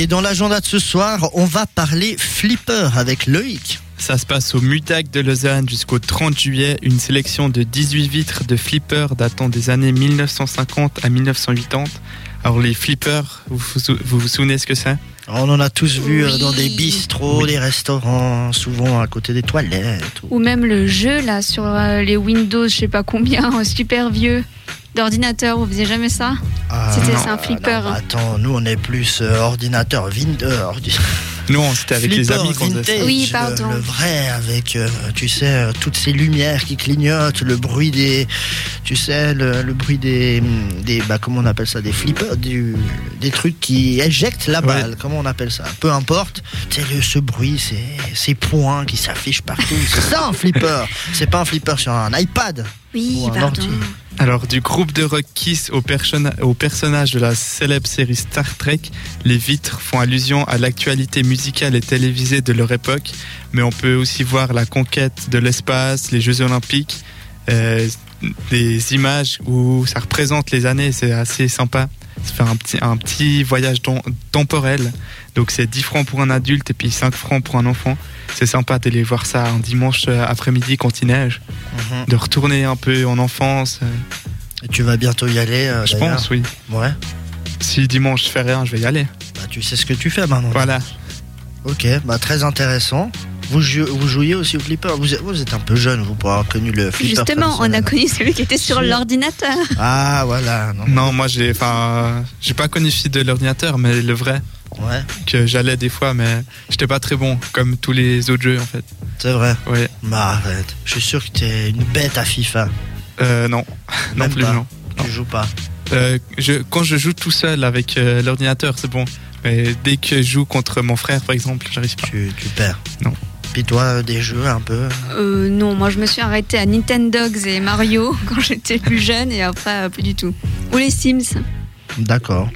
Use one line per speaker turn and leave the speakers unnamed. Et dans l'agenda de ce soir, on va parler flipper avec Loïc.
Ça se passe au Mutac de Lausanne jusqu'au 30 juillet. Une sélection de 18 vitres de flippers datant des années 1950 à 1980. Alors les flippers, vous vous, sou- vous, vous souvenez ce que c'est
On en a tous vu euh, dans des
Oui.
bistrots, des restaurants, souvent à côté des toilettes. ou-
Ou même le jeu là sur euh, les Windows, je sais pas combien, euh, super vieux d'ordinateur, vous faisiez jamais ça
Ah,
C'était
non,
c'est un flipper.
non, attends, nous on est plus euh, ordinateur, vin- euh, ordi-
Non, c'était avec les
flipper
amis qu'on faisait ça.
vintage,
Oui,
le-
pardon.
Le, vrai avec, euh, tu sais, euh, toutes ces lumières qui clignotent, le bruit des, tu sais, le, le bruit des, des, bah comment on appelle ça, des flippers, du, des trucs qui éjectent la
Ouais.
balle. Comment on appelle ça Peu importe. Tu sais, le- ce bruit, c'est ces points qui s'affichent partout. c'est ça un flipper. C'est pas un flipper sur un iPad.
Oui,
Ou un
pardon.
ordi.
Alors du groupe de rock Kiss au, perchon- au personnage de la célèbre série Star Trek, les vitres font allusion à l'actualité musicale et télévisée de leur époque, mais on peut aussi voir la conquête de l'espace, les Jeux olympiques, euh, des images où ça représente les années, c'est assez sympa. C'est faire un petit, un petit voyage don- temporel, donc c'est 10 francs pour un adulte et puis 5 francs pour un enfant. C'est sympa d'aller voir ça un dimanche euh, après-midi quand il neige,
Mhm.
de retourner un peu en enfance. euh,
Et Tu vas bientôt y aller. euh,
je
d'ailleurs.
pense, oui.
Ouais.
Si dimanche je fais rien, je vais y aller.
Bah, tu sais ce que tu fais maintenant.
Voilà.
Ok, bah très intéressant. Vous, jou- vous jouiez aussi au flipper vous, êtes- vous êtes un peu jeune, vous pourrez avoir connu le flipper.
Justement, on a
traditionnel.
connu celui qui était sur
Sur-
l'ordinateur.
Ah voilà, non.
Non, moi j'ai, enfin, j'ai pas connu celui de l'ordinateur, mais le vrai
Ouais,
que j'allais des fois, mais j'étais pas très bon, comme tous les autres jeux en fait.
c'est vrai.
Ouais.
Bah arrête, je suis sûr que t'es une bête à FIFA.
Euh, non, non
Même
plus
pas.
non.
Tu joues pas.
Euh, je, quand je joue tout seul avec euh, l'ordinateur, c'est bon. Mais dès que je joue contre mon frère, par exemple, j'arrive pas.
Tu, tu perds.
Non.
Puis toi, euh, des jeux un peu.
Euh, non, moi je me suis arrêtée à Nintendogs et Mario quand j'étais plus jeune et après euh, plus du tout. Ou les Sims.
D'accord.